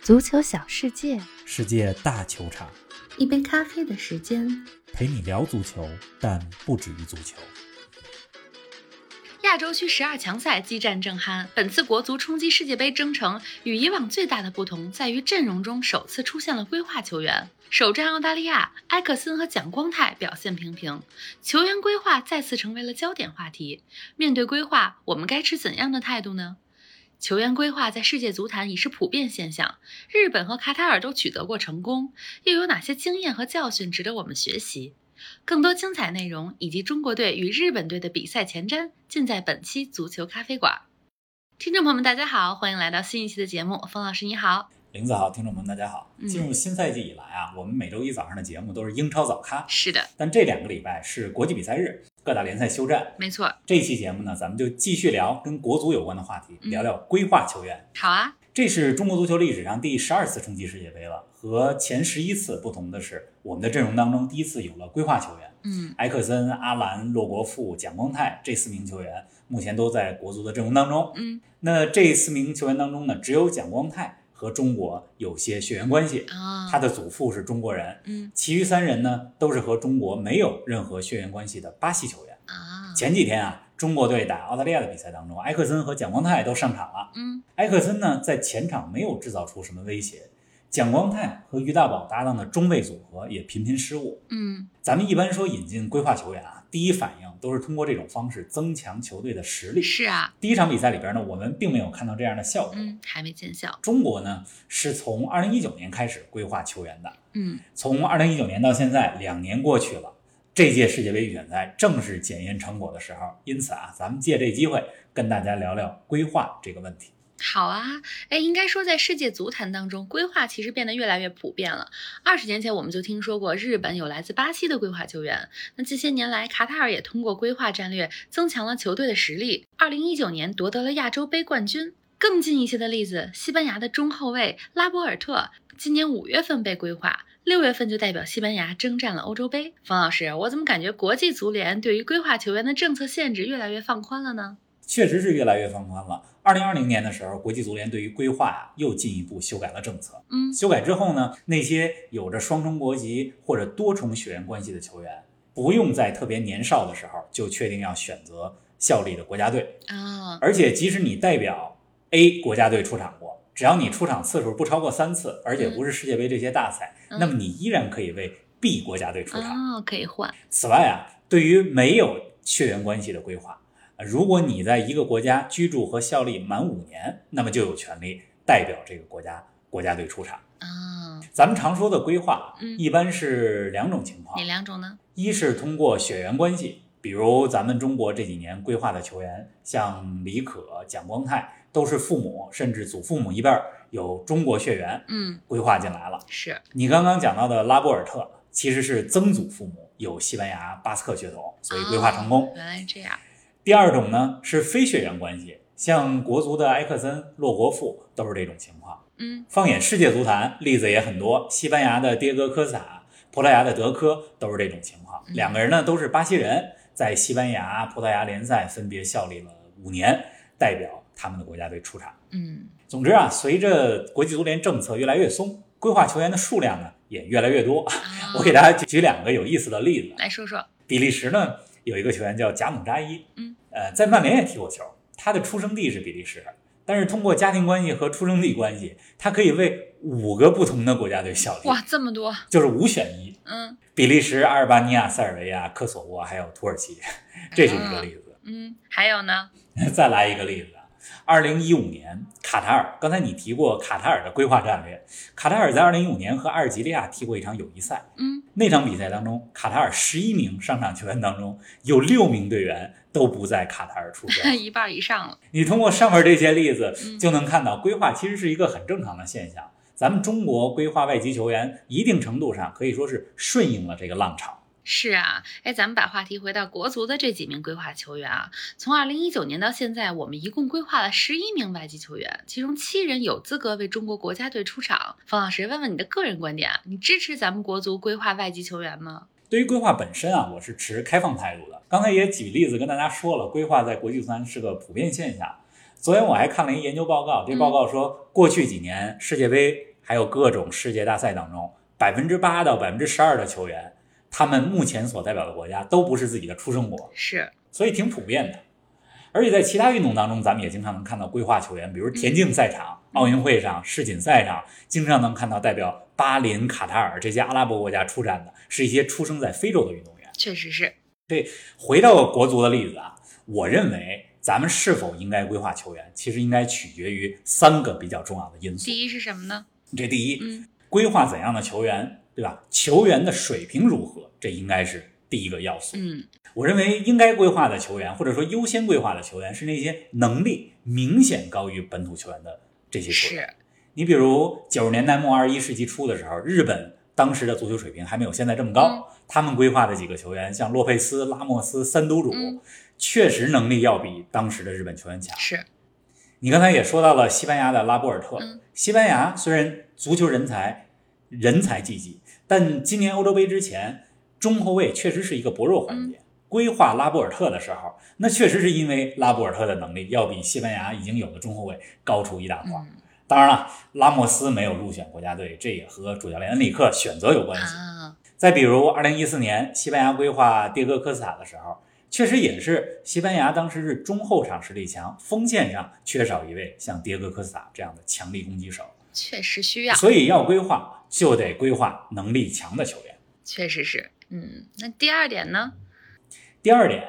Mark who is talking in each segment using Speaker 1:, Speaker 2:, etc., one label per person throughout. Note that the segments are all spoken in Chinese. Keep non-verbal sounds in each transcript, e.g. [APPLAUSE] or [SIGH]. Speaker 1: 足球小世界，
Speaker 2: 世界大球场，
Speaker 1: 一杯咖啡的时间。
Speaker 2: 陪你聊足球，但不止于足球。
Speaker 3: 亚洲区十二强赛激战正酣，本次国足冲击世界杯征程与以往最大的不同在于阵容中首次出现了规划球员。首战澳大利亚，埃克森和蒋光太表现平平，球员规划再次成为了焦点话题。面对规划，我们该持怎样的态度呢？球员规划在世界足坛已是普遍现象，日本和卡塔尔都取得过成功，又有哪些经验和教训值得我们学习？更多精彩内容以及中国队与日本队的比赛前瞻，尽在本期足球咖啡馆。听众朋友们，大家好，欢迎来到新一期的节目，冯老师你好。
Speaker 2: 林子好，听众朋友们，大家好！
Speaker 3: 嗯
Speaker 2: 进入新赛季以来啊，我们每周一早上的节目都是英超早咖，
Speaker 3: 是的，
Speaker 2: 但这两个礼拜是国际比赛日，各大联赛休战。
Speaker 3: 没错，
Speaker 2: 这期节目呢，咱们就继续聊跟国足有关的话题，
Speaker 3: 嗯
Speaker 2: 聊聊规划球员。
Speaker 3: 好啊，
Speaker 2: 这是中国足球历史上第十二次冲击世界杯了。和前十一次不同的是，我们的阵容当中第一次有了规划球员，
Speaker 3: 嗯，
Speaker 2: 埃克森、阿兰、洛国富、蒋光太这四名球员目前都在国足的阵容当中。
Speaker 3: 嗯，
Speaker 2: 那这四名球员当中呢，只有蒋光太和中国有些血缘关系，
Speaker 3: 啊、
Speaker 2: 他的祖父是中国人，
Speaker 3: 嗯
Speaker 2: 其余三人呢都是和中国没有任何血缘关系的巴西球员。
Speaker 3: 啊，
Speaker 2: 前几天啊，中国队打澳大利亚的比赛当中，埃克森和蒋光太都上场了。
Speaker 3: 嗯
Speaker 2: 埃克森呢，在前场没有制造出什么威胁，蒋光太和于大宝搭档的中卫组合也频频失误。
Speaker 3: 嗯，
Speaker 2: 咱们一般说引进规划球员啊，第一反应都是通过这种方式增强球队的实力。
Speaker 3: 是啊，
Speaker 2: 第一场比赛里边呢，我们并没有看到这样的效果。
Speaker 3: 嗯，还没见效，
Speaker 2: 中国呢是从二零一九年开始规划球员的，
Speaker 3: 嗯
Speaker 2: 从二零一九年到现在两年过去了，这届世界杯预选赛正是检验成果的时候。因此啊，咱们借这机会跟大家聊聊规划这个问题。
Speaker 3: 好啊，哎，应该说在世界足坛当中，规划其实变得越来越普遍了。二十年前我们就听说过日本有来自巴西的规划球员，那这些年来，卡塔尔也通过规划战略增强了球队的实力。二零一九年夺得了亚洲杯冠军。更近一些的例子，西班牙的中后卫拉波尔特今年五月份被规划，六月份就代表西班牙征战了欧洲杯。冯老师，我怎么感觉国际足联对于规划球员的政策限制越来越放宽了呢？
Speaker 2: 确实是越来越放宽了。二零二零年的时候，国际足联对于规划啊又进一步修改了政策。
Speaker 3: 嗯
Speaker 2: 修改之后呢，那些有着双重国籍或者多重血缘关系的球员，不用在特别年少的时候就确定要选择效力的国家队，
Speaker 3: 啊、
Speaker 2: 而且即使你代表 A 国家队出场过。只要你出场次数不超过三次，而且不是世界杯这些大赛，
Speaker 3: 嗯
Speaker 2: 那么你依然可以为 B 国家队出场。
Speaker 3: 哦，可以换。
Speaker 2: 此外啊，对于没有血缘关系的规划，呃如果你在一个国家居住和效力满五年，那么就有权利代表这个国家国家队出场。
Speaker 3: 啊，
Speaker 2: 咱们常说的规划，
Speaker 3: 嗯
Speaker 2: 一般是两种情况
Speaker 3: 哪，两种呢？
Speaker 2: 一是通过血缘关系，比如咱们中国这几年规划的球员，像李可、蒋光太，都是父母甚至祖父母一辈儿有中国血缘，
Speaker 3: 嗯，
Speaker 2: 规划进来了。
Speaker 3: 是，
Speaker 2: 你刚刚讲到的拉波尔特其实是曾祖父母有西班牙巴斯克血统，所以规划成功。
Speaker 3: 哦原来是这样，
Speaker 2: 第二种呢是非血缘关系，像国足的埃克森、洛国富都是这种情况。
Speaker 3: 嗯
Speaker 2: 放眼世界足坛，例子也很多，西班牙的迭戈科萨、葡萄牙的德科都是这种情况。
Speaker 3: 嗯
Speaker 2: 两个人呢都是巴西人，在西班牙、葡萄牙联赛分别效力了五年，代表他们的国家队出场。
Speaker 3: 嗯，
Speaker 2: 总之啊，随着国际足联政策越来越松，规划球员的数量呢也越来越多。
Speaker 3: 啊
Speaker 2: 我给大家举举两个有意思的例子。啊
Speaker 3: 来说说，
Speaker 2: 比利时呢有一个球员叫贾姆扎伊，
Speaker 3: 嗯，
Speaker 2: 呃，在曼联也踢过球，他的出生地是比利时，但是通过家庭关系和出生地关系，他可以为五个不同的国家队效力，
Speaker 3: 哇，这么多，
Speaker 2: 就是五选一。
Speaker 3: 嗯
Speaker 2: 比利时、阿尔巴尼亚、塞尔维亚、科索沃还有土耳
Speaker 3: 啊
Speaker 2: 其，这是一个例子。 [LAUGHS]
Speaker 3: 嗯，还有呢，
Speaker 2: 再来一个例子啊，二零一五年卡塔尔，刚才你提过卡塔尔的规划战略，卡塔尔在二零一五年和阿尔及利亚踢过一场友谊赛。
Speaker 3: 嗯，
Speaker 2: 那场比赛当中，卡塔尔十一名上场球员当中，有六名队员都不在卡塔尔出
Speaker 3: [LAUGHS]
Speaker 2: 生。
Speaker 3: 一半以上了，
Speaker 2: 你通过上面这些例子
Speaker 3: 哎嗯，
Speaker 2: 就能看到规划其实是一个很正常的现象。咱们中国规划外籍球员，一定程度上可以说是顺应了这个浪潮。
Speaker 3: 是啊，哎，咱们把话题回到国足的这几名规划球员啊，从二零一九年到现在，我们一共规划了十一名外籍球员，其中七人有资格为中国国家队出场。冯老师，问问你的个人观点，啊你支持咱们国足规划外籍球员吗？
Speaker 2: 对于规划本身啊，我是持开放态度的。刚才也举例子跟大家说了，规划在国际足坛是个普遍现象。昨天我还看了一研究报告，这报告说，过去几年世界杯还有各种世界大赛当中，百分之八到百分之十二的球员，他们目前所代表的国家都不是自己的出生国，
Speaker 3: 是，
Speaker 2: 所以挺普遍的。而且在其他运动当中，咱们也经常能看到规划球员，比如田径赛场、
Speaker 3: 嗯
Speaker 2: 奥运会上、世锦赛上，经常能看到代表巴林、卡塔尔这些阿拉伯国家出战的，是一些出生在非洲的运动员。
Speaker 3: 确实是，
Speaker 2: 回到国足的例子啊，我认为咱们是否应该规划球员，其实应该取决于三个比较重要的因素。
Speaker 3: 第一是什么呢？
Speaker 2: 这第一，
Speaker 3: 嗯
Speaker 2: 规划怎样的球员，对吧？球员的水平如何，这应该是第一个要素。
Speaker 3: 嗯，
Speaker 2: 我认为应该规划的球员，或者说优先规划的球员，是那些能力明显高于本土球员的这些球员。
Speaker 3: 是，
Speaker 2: 你比如九十年代末二十一世纪初的时候，日本当时的足球水平还没有现在这么
Speaker 3: 嗯
Speaker 2: 高，他们规划的几个球员，像洛佩斯、拉莫斯、三都主，
Speaker 3: 嗯
Speaker 2: 确实能力要比当时的日本球员强。
Speaker 3: 是，啊
Speaker 2: 你刚才也说到了西班牙的拉波尔特，
Speaker 3: 嗯
Speaker 2: 西班牙虽然足球人才人才济济，但今年欧洲杯之前，中后卫确实是一个薄弱环节。
Speaker 3: 嗯
Speaker 2: 规划拉波尔特的时候，那确实是因为拉波尔特的能力要比西班牙已经有的中后卫高出一大块。
Speaker 3: 嗯
Speaker 2: 当然了，拉莫斯没有入选国家队，这也和主教练恩里克选择有关系。
Speaker 3: 啊，
Speaker 2: 再比如，二零一四年西班牙规划迭戈科斯塔的时候，确实也是西班牙当时是中后场实力强，锋线上缺少一位像迭戈科斯塔这样的强力攻击手，
Speaker 3: 确实需要，
Speaker 2: 所以要规划就得规划能力强的球员。
Speaker 3: 确实是，嗯，那第二点呢？
Speaker 2: 第二点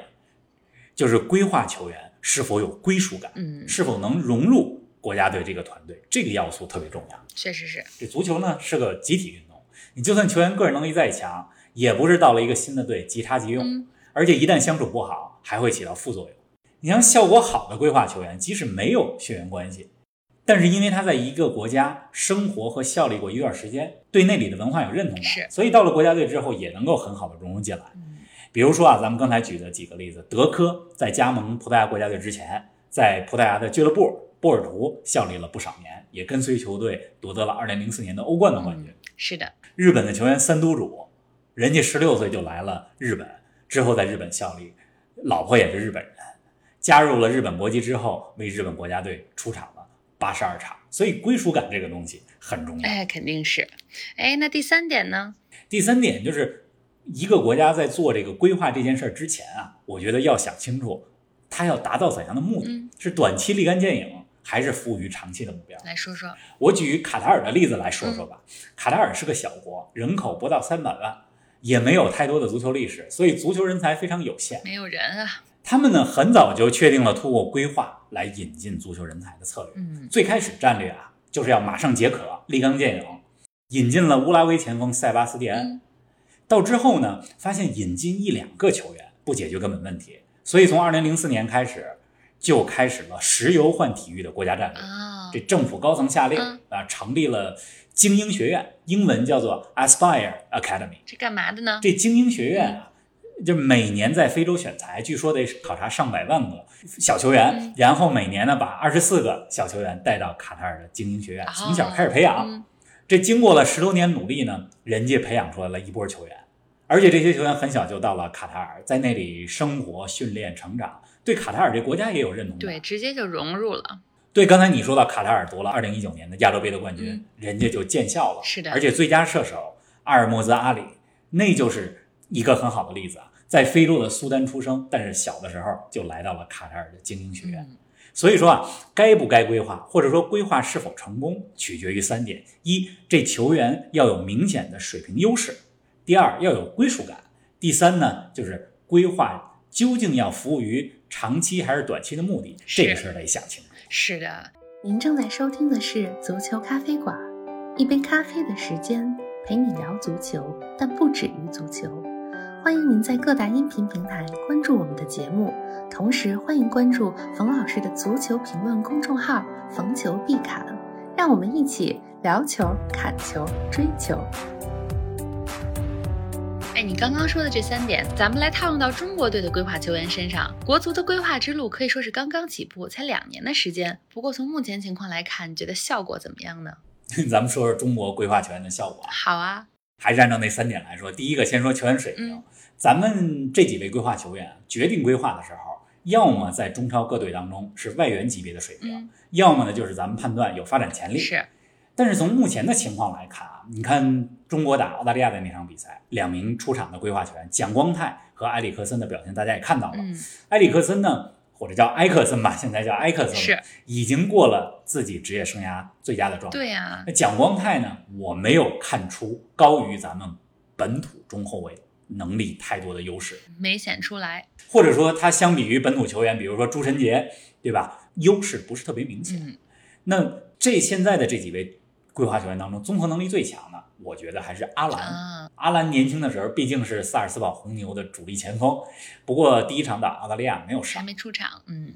Speaker 2: 就是规划球员是否有归属感，
Speaker 3: 嗯，
Speaker 2: 是否能融入国家队这个团队，这个要素特别重要。
Speaker 3: 确实是，
Speaker 2: 这足球呢是个集体运动，你就算球员个人能力再强，也不是到了一个新的队即插即用。
Speaker 3: 嗯，
Speaker 2: 而且一旦相处不好，还会起到副作用。你像效果好的规划球员，即使没有血缘关系，但是因为他在一个国家生活和效力过一段时间，对那里的文化有认同
Speaker 3: 是
Speaker 2: 感，所以到了国家队之后也能够很好的融入进来。
Speaker 3: 嗯
Speaker 2: 比如说啊，咱们刚才举的几个例子，德科在加盟葡萄牙国家队之前，在葡萄牙的俱乐部波尔图效力了不少年，也跟随球队夺得了2004年的欧冠的冠军。
Speaker 3: 是的，
Speaker 2: 日本的球员三都主，人家十六岁就来了日本，之后在日本效力，老婆也是日本人，加入了日本国籍之后，为日本国家队出场了八十二场，所以归属感这个东西很重要。
Speaker 3: 哎，肯定是，哎，那第三点呢？
Speaker 2: 第三点就是，一个国家在做这个规划这件事儿之前啊，我觉得要想清楚，他要达到怎样的目的，
Speaker 3: 嗯
Speaker 2: 是短期立竿见影，还是服务于长期的目标？
Speaker 3: 来说说，
Speaker 2: 我举卡塔尔的例子来说
Speaker 3: 嗯
Speaker 2: 说吧。卡塔尔是个小国，人口不到三百万，也没有太多的足球历史，所以足球人才非常有限。
Speaker 3: 没有人啊，
Speaker 2: 他们呢，很早就确定了通过规划来引进足球人才的策略。
Speaker 3: 嗯，
Speaker 2: 最开始战略啊，就是要马上解渴，立竿见影，引进了乌拉圭前锋塞巴斯蒂安。
Speaker 3: 嗯
Speaker 2: 到之后呢，发现引进一两个球员不解决根本问题，所以从二零零四年开始，就开始了石油换体育的国家战略。
Speaker 3: 啊
Speaker 2: 这，政府高层下令
Speaker 3: 嗯
Speaker 2: 啊，成立了精英学院，英文叫做 Aspire Academy。
Speaker 3: 这干嘛的呢？
Speaker 2: 这精英学院啊，就每年在非洲选材，据说得考察上百万个小球员
Speaker 3: 嗯，
Speaker 2: 然后每年呢把二十四个小球员带到卡塔尔的精英学院
Speaker 3: 哦，
Speaker 2: 从小开始培养。
Speaker 3: 嗯，
Speaker 2: 这经过了十多年努力呢，人家培养出来了一波球员，而且这些球员很小就到了卡塔尔，在那里生活、训练、成长，对卡塔尔这国家也有认同感
Speaker 3: 对，。直接就融入了，
Speaker 2: 对，刚才你说到卡塔尔夺了2019年的亚洲杯的冠军，
Speaker 3: 嗯
Speaker 2: 人家就见效了。
Speaker 3: 是的
Speaker 2: 而且最佳射手阿尔莫兹阿里，那就是一个很好的例子啊，在非洲的苏丹出生，但是小的时候就来到了卡塔尔的精英学院。
Speaker 3: 嗯，
Speaker 2: 所以说啊，该不该规划，或者说规划是否成功，取决于三点：一，这球员要有明显的水平优势；第二，要有归属感；第三呢，就是规划究竟要服务于长期还是短期的目的，这个
Speaker 3: 是
Speaker 2: 事儿得想清楚。
Speaker 3: 是的，
Speaker 1: 您正在收听的是《足球咖啡馆》，一杯咖啡的时间陪你聊足球，但不止于足球。欢迎您在各大音频平台关注我们的节目，同时欢迎关注冯老师的足球评论公众号“冯球必侃”，让我们一起聊球、侃球、追球。
Speaker 3: 哎，你刚刚说的这三点，咱们来套用到中国队的规划球员身上。国足的规划之路可以说是刚刚起步，才两年的时间。不过从目前情况来看，你觉得效果怎么样呢？
Speaker 2: [LAUGHS] 咱们说说中国规划球员的效果啊，
Speaker 3: 好啊，
Speaker 2: 还是按照那三点来说。第一个，先说球员水平。
Speaker 3: 嗯
Speaker 2: 咱们这几位规划球员啊决定规划的时候，要么在中超各队当中是外援级别的水平，
Speaker 3: 嗯，
Speaker 2: 要么呢就是咱们判断有发展潜力。
Speaker 3: 是，
Speaker 2: 但是从目前的情况来看啊，你看中国打澳大利亚的那场比赛，两名出场的规划球员蒋光泰和埃里克森的表现，大家也看到了。
Speaker 3: 嗯，
Speaker 2: 埃里克森呢，或者叫埃克森吧，现在叫埃克森，
Speaker 3: 是
Speaker 2: 已经过了自己职业生涯最佳的状态。
Speaker 3: 对啊呀、
Speaker 2: 那蒋光泰呢，我没有看出高于咱们本土中后卫能力太多的优势，
Speaker 3: 没显出来。
Speaker 2: 或者说他相比于本土球员，比如说朱晨杰，对吧，优势不是特别明显。
Speaker 3: 嗯，
Speaker 2: 那这现在的这几位规划球员当中，综合能力最强的，我觉得还是阿兰。
Speaker 3: 啊，
Speaker 2: 阿兰年轻的时候毕竟是萨尔斯堡红牛的主力前锋，不过第一场打澳大利亚没有
Speaker 3: 还
Speaker 2: 上。
Speaker 3: 没出场。嗯，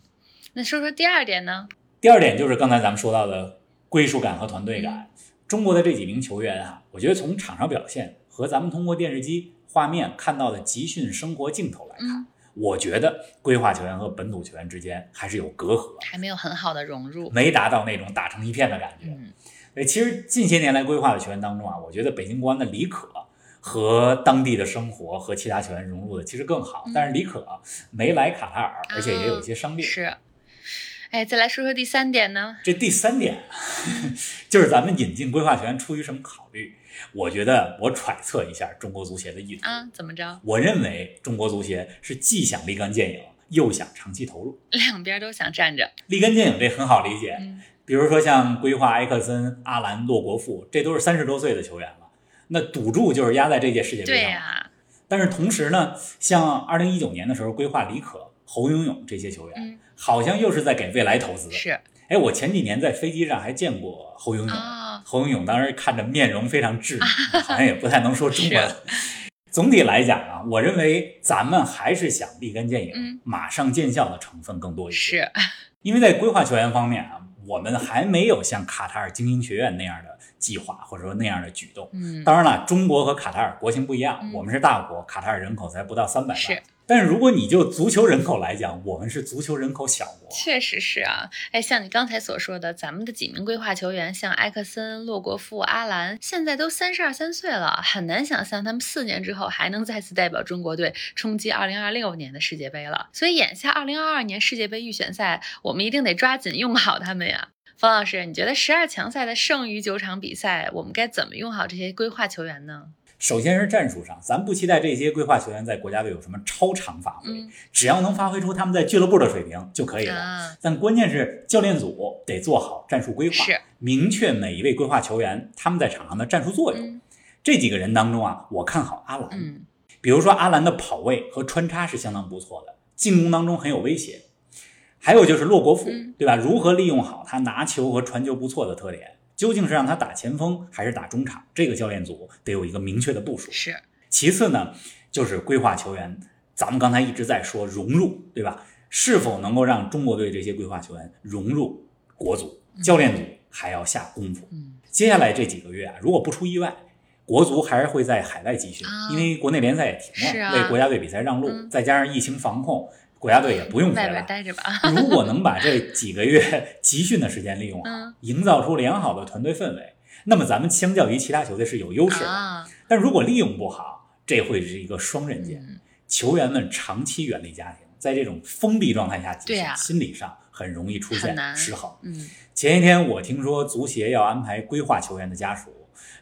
Speaker 3: 那说说第二点呢？
Speaker 2: 第二点就是刚才咱们说到的归属感和团队感。
Speaker 3: 嗯
Speaker 2: 中国的这几名球员啊，我觉得从场上表现和咱们通过电视机画面看到的集训生活镜头来看，
Speaker 3: 嗯，
Speaker 2: 我觉得规划球员和本土球员之间还是有隔阂，
Speaker 3: 还没有很好的融入。
Speaker 2: 没达到那种打成一片的感觉。
Speaker 3: 嗯，
Speaker 2: 对，其实近些年来规划的球员当中啊，我觉得北京国安的李可和当地的生活和其他球员融入的其实更好，
Speaker 3: 嗯
Speaker 2: 但是李可没来卡塔尔，而且也有一些伤病。
Speaker 3: 是。哎，再来说说第三点呢？
Speaker 2: 这第三点， [LAUGHS] 就是咱们引进规划球员出于什么考虑？我觉得我揣测一下中国足协的意图。
Speaker 3: 啊，怎么着？ [LAUGHS]
Speaker 2: 我认为中国足协是既想立竿见影，又想长期投入。
Speaker 3: 两边都想站着。
Speaker 2: 立竿见影这很好理解，
Speaker 3: 嗯，
Speaker 2: 比如说像规划埃克森、阿兰、洛国富，这都是三十多岁的球员了。那赌注就是压在这届世界杯
Speaker 3: 对
Speaker 2: 上。
Speaker 3: 呀、
Speaker 2: 但是同时呢，像二零一九年的时候，规划李可、侯永永这些球员，
Speaker 3: 嗯
Speaker 2: 好像又是在给未来投资。
Speaker 3: 是
Speaker 2: 哎，我前几年在飞机上还见过侯永永，
Speaker 3: [LAUGHS] 啊、
Speaker 2: 侯永永当时看着面容非常稚嫩，好像也不太能说中文。 [LAUGHS] 总体来讲啊，我认为咱们还是想立竿见影、
Speaker 3: 嗯
Speaker 2: 马上见效的成分更多一些。
Speaker 3: 是，
Speaker 2: 因为在规划球员方面啊，我们还没有像卡塔尔精英学院那样的计划，或者说那样的举动。
Speaker 3: 嗯，
Speaker 2: 当然了，中国和卡塔尔国情不一样，
Speaker 3: 嗯
Speaker 2: 我们是大国，卡塔尔人口才不到三百
Speaker 3: 是
Speaker 2: 万。但是如果你就足球人口来讲，我们是足球人口小国。
Speaker 3: 确实是啊，哎，像你刚才所说的，咱们的几名规划球员，像埃克森、洛国富、阿兰，现在都三十二三岁了，很难想象他们四年之后还能再次代表中国队冲击二零二六年的世界杯了。所以，眼下二零二二年世界杯预选赛，我们一定得抓紧用好他们呀。冯老师，你觉得十二强赛的剩余九场比赛，我们该怎么用好这些规划球员呢？
Speaker 2: 首先是战术上，咱不期待这些规划球员在国家队有什么超常发挥，
Speaker 3: 嗯
Speaker 2: 只要能发挥出他们在俱乐部的水平就可以了。
Speaker 3: 啊，
Speaker 2: 但关键是教练组得做好战术规划
Speaker 3: 是，
Speaker 2: 明确每一位规划球员他们在场上的战术作用。
Speaker 3: 嗯
Speaker 2: 这几个人当中啊，我看好阿兰。
Speaker 3: 嗯，
Speaker 2: 比如说阿兰的跑位和穿插是相当不错的，进攻当中很有威胁。还有就是洛国富
Speaker 3: 嗯，
Speaker 2: 对吧？如何利用好他拿球和传球不错的特点？究竟是让他打前锋还是打中场？这个教练组得有一个明确的部署。
Speaker 3: 嗯是
Speaker 2: 其次呢，就是规划球员，咱们刚才一直在说融入，对吧？是否能够让中国队这些规划球员融入国足？教练组还要下功夫。
Speaker 3: 嗯
Speaker 2: 接下来这几个月啊，如果不出意外，国足还是会在海外集训，
Speaker 3: 啊
Speaker 2: 因为国内联赛也停
Speaker 3: 是
Speaker 2: 了，
Speaker 3: 啊
Speaker 2: 为国家队比赛让路，
Speaker 3: 嗯
Speaker 2: 再加上疫情防控，国家队也不用回
Speaker 3: 外边
Speaker 2: 来。
Speaker 3: 待着吧。
Speaker 2: 如果能把这几个月 [LAUGHS] 集训的时间利用好，
Speaker 3: 嗯
Speaker 2: 营造出良好的团队氛围，那么咱们相较于其他球队是有优势的。
Speaker 3: 啊，
Speaker 2: 但如果利用不好，这会是一个双刃剑。
Speaker 3: 嗯
Speaker 2: 球员们长期远离家庭，在这种封闭状态下集
Speaker 3: 对
Speaker 2: 训，
Speaker 3: 啊
Speaker 2: 心理上很容易出
Speaker 3: 很
Speaker 2: 现
Speaker 3: 难
Speaker 2: 失衡。
Speaker 3: 嗯，
Speaker 2: 前一天我听说足协要安排规划球员的家属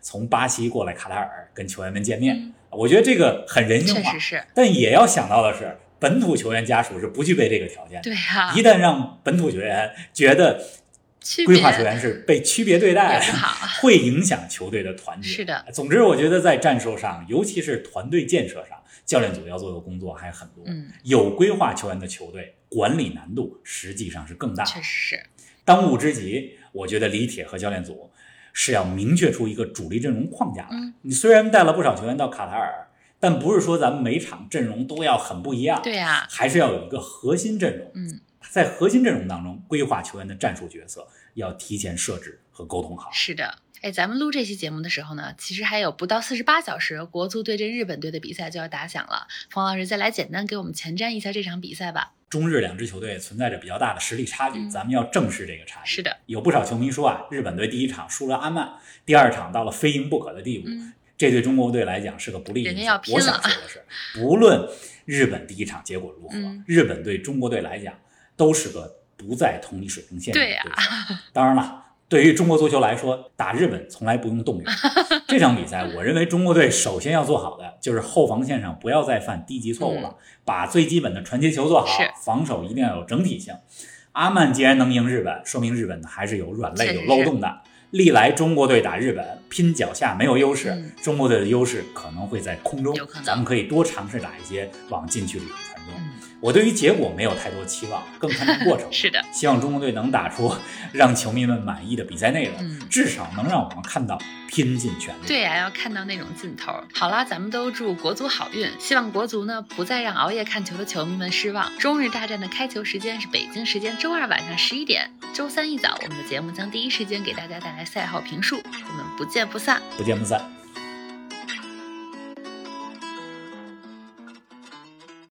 Speaker 2: 从巴西过来卡塔尔跟球员们见面，
Speaker 3: 嗯
Speaker 2: 我觉得这个很人性
Speaker 3: 确
Speaker 2: 化
Speaker 3: 实，是。
Speaker 2: 但也要想到的是，本土球员家属是不具备这个条件的。
Speaker 3: 对呀、
Speaker 2: 一旦让本土球员觉得
Speaker 3: 区别
Speaker 2: 规划球员是被区别对待
Speaker 3: 也不好，
Speaker 2: 会影响球队的团结。
Speaker 3: 啊是的，
Speaker 2: 总之我觉得在战术上，尤其是团队建设上，教练组要做的工作还很多。
Speaker 3: 嗯，
Speaker 2: 有规划球员的球队，管理难度实际上是更大的。
Speaker 3: 确实是，
Speaker 2: 当务之急，我觉得李铁和教练组是要明确出一个主力阵容框架来。
Speaker 3: 嗯
Speaker 2: 你虽然带了不少球员到卡塔尔，但不是说咱们每场阵容都要很不一样，
Speaker 3: 对呀、
Speaker 2: 还是要有一个核心阵容。
Speaker 3: 嗯，
Speaker 2: 在核心阵容当中，规划球员的战术角色要提前设置和沟通好。
Speaker 3: 是的。哎，咱们录这期节目的时候呢，其实还有不到四十八小时，国足对阵日本队的比赛就要打响了。冯老师，再来简单给我们前瞻一下这场比赛吧。
Speaker 2: 中日两支球队存在着比较大的实力差距，
Speaker 3: 嗯
Speaker 2: 咱们要正视这个差距。
Speaker 3: 是的，
Speaker 2: 有不少球迷说啊，日本队第一场输了阿曼，第二场到了非赢不可的地步，
Speaker 3: 嗯
Speaker 2: 这对中国队来讲是个不利因
Speaker 3: 人
Speaker 2: 素
Speaker 3: 家要。拼
Speaker 2: 我想
Speaker 3: 了
Speaker 2: 说的是，不论日本第一场结果如何，
Speaker 3: 嗯
Speaker 2: 日本对中国队来讲都是个不在同一水平线上的
Speaker 3: 对呀
Speaker 2: 手。当然了，对于中国足球来说，打日本从来不用
Speaker 3: [LAUGHS]
Speaker 2: 动员。这场比赛，我认为中国队首先要做好的就是后防线上不要再犯低级错误了，把最基本的传接球做好
Speaker 3: 嗯是，
Speaker 2: 防守一定要有整体性。阿曼既然能赢日本，说明日本呢还是有软肋、
Speaker 3: 确实
Speaker 2: 有漏洞的。历来中国队打日本拼脚下没有优势，
Speaker 3: 嗯
Speaker 2: 中国队的优势可能会在空中
Speaker 3: 有可能，
Speaker 2: 咱们可以多尝试打一些往禁区里的传中。
Speaker 3: 嗯，
Speaker 2: 我对于结果没有太多期望，更看重过程。
Speaker 3: [LAUGHS] 是的，
Speaker 2: 希望中国队能打出 [LAUGHS] 让球迷们满意的比赛内容，
Speaker 3: 嗯
Speaker 2: 至少能让我们看到拼尽全力。
Speaker 3: 对呀、要看到那种劲头儿。好啦，咱们都祝国足好运，希望国足呢不再让熬夜看球的球迷们失望。中日大战的开球时间是北京时间周二晚上十一点，周三一早我们的节目将第一时间给大家带来赛后评述，我们不见不散。
Speaker 2: 不见不散。